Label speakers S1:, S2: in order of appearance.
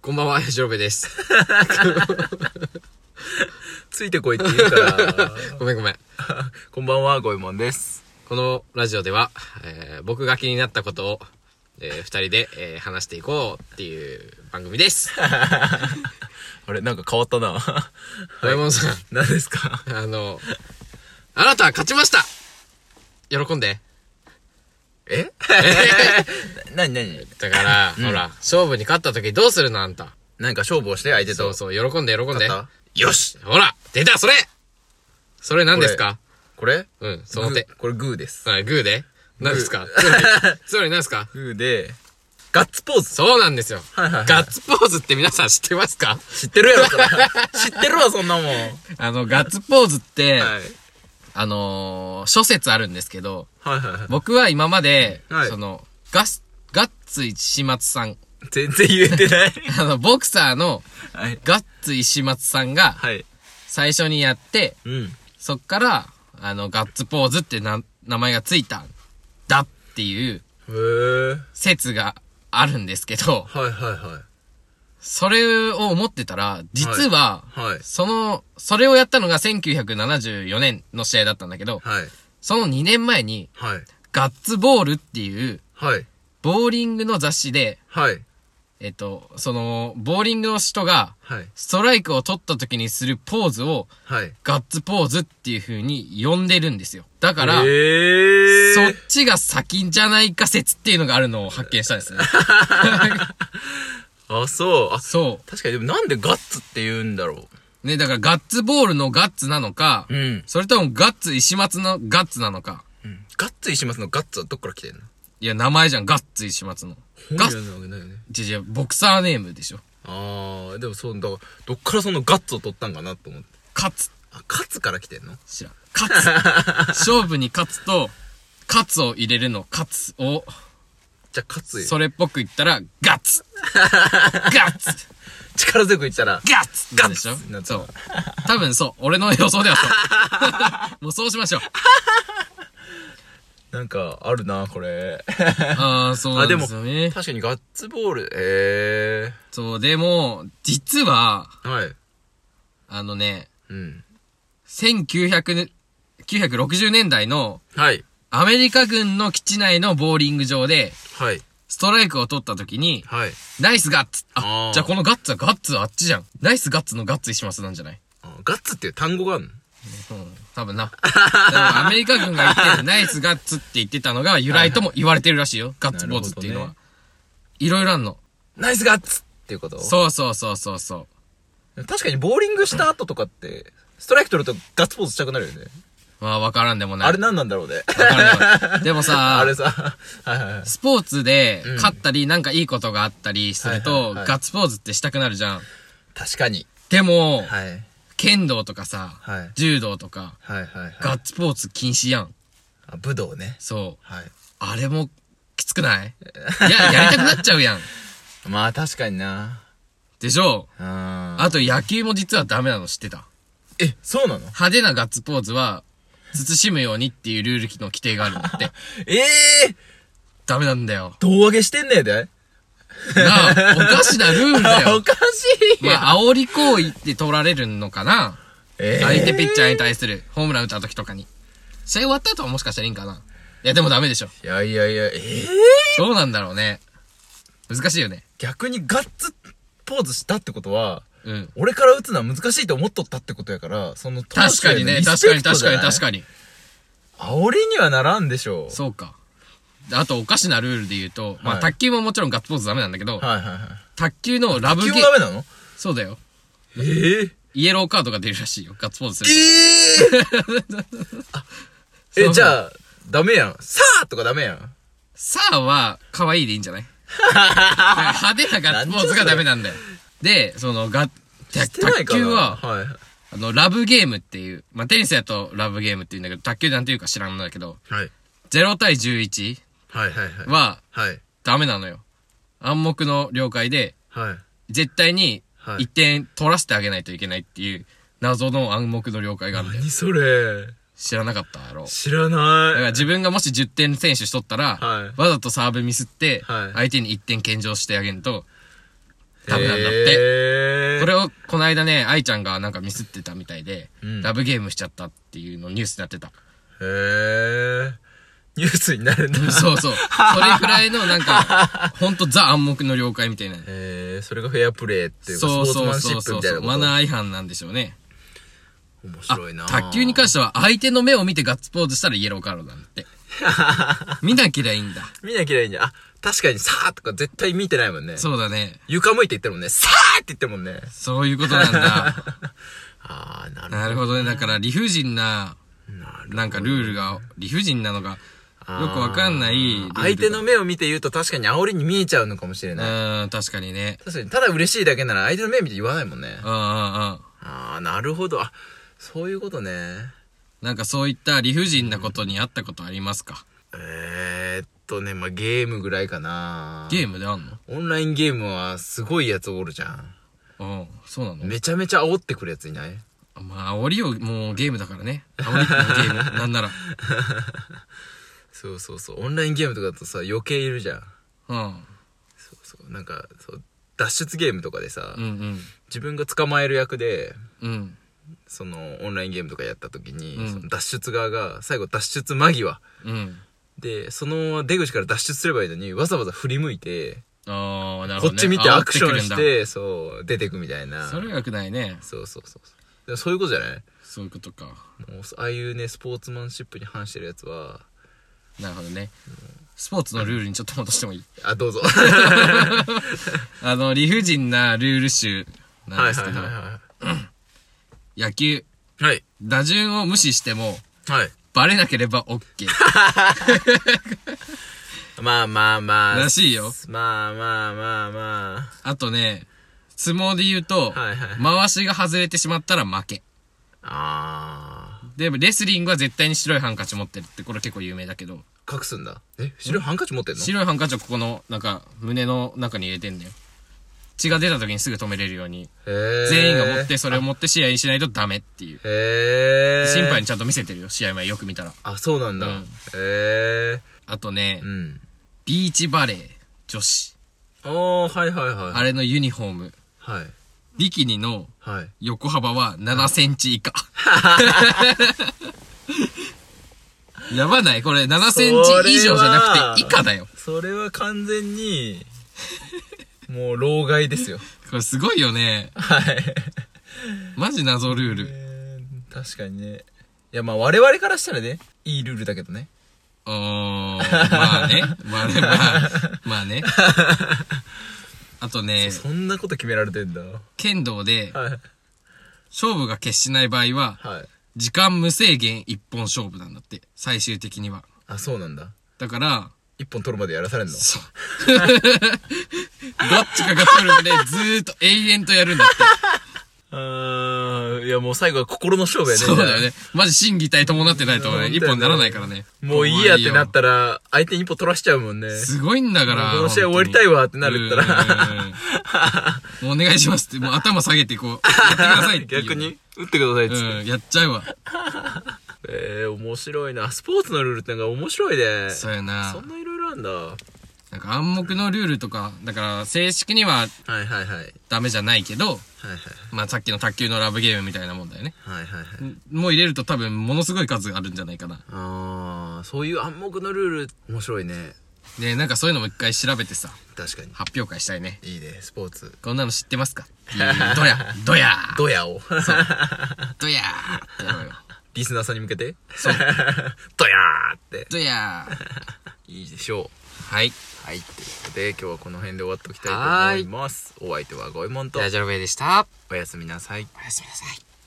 S1: こんばんは、よしろべです。
S2: ついてこいって言うから、
S1: ごめんごめん。
S2: こんばんは、ごえもんです。
S1: このラジオでは、えー僕が気になったことを、えー二人で、えー話していこうっていう番組です。
S2: あれ、なんか変わったな。
S1: ドラえもんさん、
S2: 何ですか
S1: あの、あなた勝ちました喜ん で。
S2: えなになに
S1: だから、ほら、勝負に勝った時どうするのあんた。
S2: なんか勝負をして相手
S1: そう
S2: と。
S1: そう、喜んで喜んで。
S2: 勝っ
S1: よしほら出たそれそれ何ですか
S2: これ
S1: うん、その手
S2: グ。ーこれグーです。
S1: はい、グーで何ですかつまり何 ですか
S2: グーで、ガッツポーズ
S1: そうなんですよ。
S2: はいはいはい
S1: ガッツポーズって皆さん知ってますか
S2: 知ってるやろ、 それ知ってるわ、そんなもん。はい。
S1: あの、ガッツポーズって、
S2: はい
S1: あのー諸説あるんですけど、
S2: はいは
S1: 僕は今まで、
S2: はい
S1: その、ガス、ガッツ石松さん、
S2: い。全然言えてない。
S1: あの、ボクサーの
S2: はい。
S1: ガッツ石松さんが
S2: はい。
S1: 最初にやって、
S2: うん。
S1: そっから、あの、ガッツポーズってな、名前がついたんだっていう
S2: へー。
S1: 説があるんですけど、
S2: はいは
S1: それを思ってたら、実は、
S2: いはい。はい。
S1: その、それをやったのが1974年の試合だったんだけど、
S2: はい。
S1: その2年前に、
S2: はい。
S1: ガッツボールっていう、
S2: はい。
S1: ボーリングの雑誌で、
S2: はい。
S1: えっと、その、ボーリングの人が、
S2: はい。
S1: ストライクを取った時にするポーズを、
S2: はい。
S1: ガッツポーズっていう風に呼んでるんですよ。だから、
S2: え
S1: そ
S2: ー
S1: っ。ちが先じゃないか説っていうのがあるのを発見したん ですね。
S2: あ、そう。あ、
S1: そ
S2: 確かに、でもなんでガッツって言うんだろ
S1: う。ね、だからガッツボールのガッツなのか、
S2: う。うん。
S1: それともガッツ石松のガッツなのか。
S2: うんガッツ石松のガッツはどっから来てんの
S1: いや、名前じゃん、ガッツ石松の。ガッツ、
S2: なわけないよね。
S1: じゃじゃボクサーネームでしょ。
S2: ああ、でもそう、だから、どっからそのガッツを取ったんかなと思って。
S1: 勝つ。
S2: あ、カツから来てんの
S1: 知らん。勝つ。勝負に勝つと、勝つを入れるの、勝つを、
S2: じゃあカツ
S1: それっぽく言ったら、ガッツ。ガッツ。
S2: 力強く言ったら、
S1: ガッツ
S2: ガッツ
S1: でしょ
S2: なった
S1: そう。多分そう。俺の予想ではそう。もう そうしましょう。
S2: なんか、あるな、これ。
S1: ああ、そうな
S2: あ、
S1: ん
S2: で
S1: で
S2: も、
S1: すよね。
S2: 確かにガッツボール、え
S1: そう、でも、実は、
S2: えー。はい。
S1: あのね、
S2: うん。
S1: 1900、960年代の
S2: はい。
S1: アメリカ軍の基地内のボーリング場で、
S2: はい。
S1: ストライクを取った時に、
S2: はい。
S1: ナイスガッツ
S2: あ
S1: あ
S2: ー
S1: じゃあこのガッツはガッツはあっちじゃん。ナイスガッツのガッツ石松なんじゃない
S2: あガッツっていう単語があるの
S1: うん、多分な。だからアメリカ軍が言ってるナイスガッツって言ってたのが由来とも言われてるらしいよ。ガッツポーズっていうの
S2: な
S1: は
S2: る。
S1: いろいろあんの。
S2: ナイスガッツっていうこと
S1: そうそうそうそうそう。
S2: う。確かに、ボーリングした後とかって、ストライク取るとガッツポーズしたくなるよね。
S1: まあわからんでもない。
S2: あれ何なんだろうね。
S1: わからんでもないでもさ、
S2: あれさ、はいはいはい。
S1: スポーツで勝ったり、なんかいいことがあったりする
S2: はいは
S1: と、
S2: いはい
S1: ガッツポーズってしたくなるじゃん。
S2: 確かに。
S1: でも、
S2: はい。
S1: 剣道とかさ、
S2: はい
S1: 柔道とか、
S2: はいはいは
S1: ガ
S2: い
S1: ッツポーズ禁止やん。
S2: あ。武道ね。
S1: そう。
S2: はい。
S1: あれもきつくないいや、やりたくなっちゃうやん。
S2: まあ確かにな。
S1: でしょ
S2: うん。あ
S1: あと野球も実はダメなの知ってた。
S2: え、そうなの
S1: 派手なガッツポーズは、慎むようにっていうルールの規定があるんだって。
S2: ええー、
S1: ダメなんだよ。
S2: 胴上げしてんねえで。
S1: なあ、おかしなルールだ
S2: お
S1: よ。
S2: かしいやん。
S1: まあ、煽り行為って取られるのかな
S2: えー
S1: 相手ピッチャーに対するホームラン打った時とかに。試合終わった後はもしかしたらいいんかないや、でもダメでしょ。
S2: いやいやいや、ええー、
S1: どうなんだろうね。難しいよね。
S2: 逆にガッツポーズしたってことは、
S1: うん。
S2: 俺から打つのは難しいと思っとったってことやから、その
S1: 確かにね、確かに確かに確
S2: に。
S1: かに。
S2: 煽りにはならんでしょう。
S1: そうか。あと、おかしなルールで言うと、まあ、
S2: はい
S1: 卓球ももちろんガッツポーズダメなんだけど、
S2: はいはいはい。
S1: 卓球のラブゲ
S2: 急
S1: ー
S2: もダメなの
S1: そうだよ。
S2: えー、
S1: イエローカードが出るらしいよ。ガッツポー ズす
S2: え
S1: る
S2: ええ、じゃあ、ダメやん。さあとかダメやん。
S1: と。さあは、可愛いでいいんじゃ ない派手なガッツポーズがダメなんだよ。で、その、が、た
S2: してな
S1: 卓
S2: いかな
S1: 球は、
S2: はい。
S1: あの、ラブゲームっていう、まあ、テニスやとラブゲームって言うんだけど、卓球なんていうか知らんのだけど、
S2: はい。
S1: 0対11
S2: はいはいはい。
S1: は
S2: はい。
S1: ダメなのよ。暗黙の了解で、
S2: はい。
S1: 絶対に
S2: はい
S1: 1点取らせてあげないといけないっていう謎の暗黙の了解があるんだよ。
S2: 何それ
S1: 知らなかったやろ。
S2: 知ら
S1: だから
S2: ない。
S1: 自分がもし10点選手しとったら、
S2: はい
S1: わざとサーブミスって、
S2: はい
S1: 相手に1点献上してあげると、ダメなんだって。
S2: て
S1: これを、この間ね、愛ちゃんがなんかミスってたみたいで、
S2: うん
S1: ラブゲームしちゃったっていうのニュースになってた。
S2: へえ。ニュースになるんだ。
S1: そうそう。それぐらいのなん か、ほんとザ暗黙の了解みたいな。
S2: へえ、それがフェアプレーっていうか、スポ
S1: そう
S2: ーツ
S1: そ
S2: マ
S1: う
S2: ンシ
S1: そう
S2: ップ
S1: そ
S2: み
S1: う
S2: たいな
S1: そう。
S2: こと。
S1: マナー違反なんでしょうね。
S2: 面
S1: あ
S2: 白いな、
S1: 卓球に関しては相手の目を見てガッツポーズしたらイエローカードなんだ って。見なきゃいいんだ。
S2: 見なきゃいいんじゃん。あ、確かにさーとか絶対見てないもんね。
S1: そうだね。
S2: 床向いて言ってるもんね。さーって言ってるもんね。
S1: そういうことなん だ。
S2: あー、なるほど。
S1: なるほどね。だから理不尽な、
S2: な
S1: なんかルールが、理不尽なのが、
S2: あー
S1: よくわかんないルールが
S2: 相手の目を見て言うと確かに煽りに見えちゃうのかもしれ
S1: う
S2: ない。
S1: ーん、確かにね。
S2: 確かに、ただ嬉しいだけなら相手の目見て言わないもんね。
S1: うんうんうん。
S2: あー、なるほど。あ、そういうことね。
S1: なんかそういった理不尽なことにあったことありますか
S2: えー、っとね、まあ、ゲームぐらいかな。
S1: ゲームであんの
S2: オンラインゲームはすごいやつおるじゃん。
S1: うん、そうなの
S2: めちゃめちゃ煽ってくるやついない
S1: まあ、煽りをもうゲームだからね。煽りってもうゲー ム。なんなら。
S2: そうそうそう。オンラインゲームとかだとさ、余計いるじゃん。
S1: うん。
S2: そうそう。なんか、そう、脱出ゲームとかでさ、
S1: うん
S2: 自分が捕まえる役で、
S1: うん。うん。
S2: その、オンラインゲームとかやった時に、
S1: うん
S2: その脱出側が、最後脱出間際。
S1: うん。
S2: で、その出口から脱出すればいいのに、わざわざ振り向いて、
S1: ああ、なるほど、
S2: こっ
S1: ね。
S2: ち見て
S1: 煽
S2: ア
S1: っ
S2: クションし
S1: くるん
S2: て、そう、出てくみたい
S1: だ
S2: な。
S1: それは良くないね。
S2: そうそうそうそう。でもそういうことじゃない
S1: そういうことか。
S2: もう、ああいうね、スポーツマンシップに反してるやつは、
S1: なるほどね。スポーツのルールにちょっと戻してもいい
S2: あ、 どうぞ。
S1: あの、理不尽なルール集なんですけど、
S2: は
S1: 野球、
S2: い。はい。
S1: 打順を無視しても、
S2: はい。
S1: バレなければ OK。
S2: まあまあまあ。
S1: らしいよ。
S2: まあまあまあま
S1: あとね、相撲で言うと、
S2: はいはい
S1: 回しが外れてしまったら負け。
S2: あ。ああ。
S1: で、レスリングは絶対に白いハンカチ持ってるって、これ結構有名だけど、
S2: 隠すんだ。え、白いハンカチ持ってんの
S1: 白いハンカチをここの、なんか、胸の中に入れてんだよ。血が出た時にすぐ止めれるように、
S2: へえ
S1: 全員が持って、それを持って試合にしないとダメっていう。
S2: へえ。
S1: 審判にちゃんと見せてるよ、試合前よく見たら。
S2: あ、そうなんだ。
S1: う
S2: へ
S1: ん
S2: え。
S1: あとね
S2: う、ん。
S1: ビーチバレー女子。
S2: おー、はいはいはい。
S1: あれのユニフォーム。
S2: はい。
S1: ビキニの
S2: はい。
S1: 横幅は7センチ以下。やばないこれ7センチ以上じゃなくて以下だよ。
S2: それは完全 に、もう、老害ですよ。
S1: これすごいよね。
S2: はい。
S1: マジ謎ルール。
S2: えー確かにね。いや、まあ、我々からしたらね、いいルールだけどね。
S1: うーん。まあね。まあね、まあ、まあね。あとね、
S2: そんなこと決められてんだ。は
S1: 剣道で
S2: い。
S1: 勝負が決しない場合は、
S2: はい。
S1: 時間無制限一本勝負なんだって。最終的には。
S2: あ、そうなんだ。
S1: だから、
S2: 一本取るまでやらされんの
S1: そう。 どっちかが取るまでずーっと永遠とやるんだって。
S2: あーいやもう最後は心の勝負やね。
S1: そうだよ
S2: じゃ
S1: ね。マジ審議体伴ってないとね、
S2: うん
S1: 一本にならないからね。
S2: あ。もういいやってな
S1: ら。
S2: ったら、相手に一歩取らしちゃうもんね。
S1: すごいんだから。
S2: もうこの試合終わりたいわってなるった
S1: ら。もうお願いしますって、もう頭下げてこう、やってくださいっていう。
S2: 逆に打ってくださいっつって。
S1: うん、やっちゃうわ。
S2: えー、面白いな。スポーツのルールってなんか面白いね。
S1: そうやな
S2: そ。んないろいろあんだ。は
S1: なんか暗黙のルールとか、だから正式にはい
S2: はいはい。はいはい
S1: ダメじゃないけど、
S2: はい。
S1: まあさっきの卓球のラブゲームみたいなもんだよね。
S2: はいはいはい。
S1: もう入れると多分ものすごい数あるんじゃないかな。
S2: あー、そういう暗黙のルール、面白いね。
S1: で、なんかそういうのも一回調べてさ、
S2: 確かに。
S1: 発表会したいね。
S2: いいね、スポーツ。
S1: こんなの知ってますかっていうどや、どや、
S2: ドヤを。
S1: どやーってやろうよ。
S2: リスナーさんに向けて。 そう。ドヤーって。
S1: どやー
S2: いいでしょう。
S1: はい。
S2: はい、ということで今日はこの辺で終わっておきたいと思います。お相手はゴイモンと、
S1: ジャロベイでした。
S2: おやすみなさい。
S1: おやすみなさい。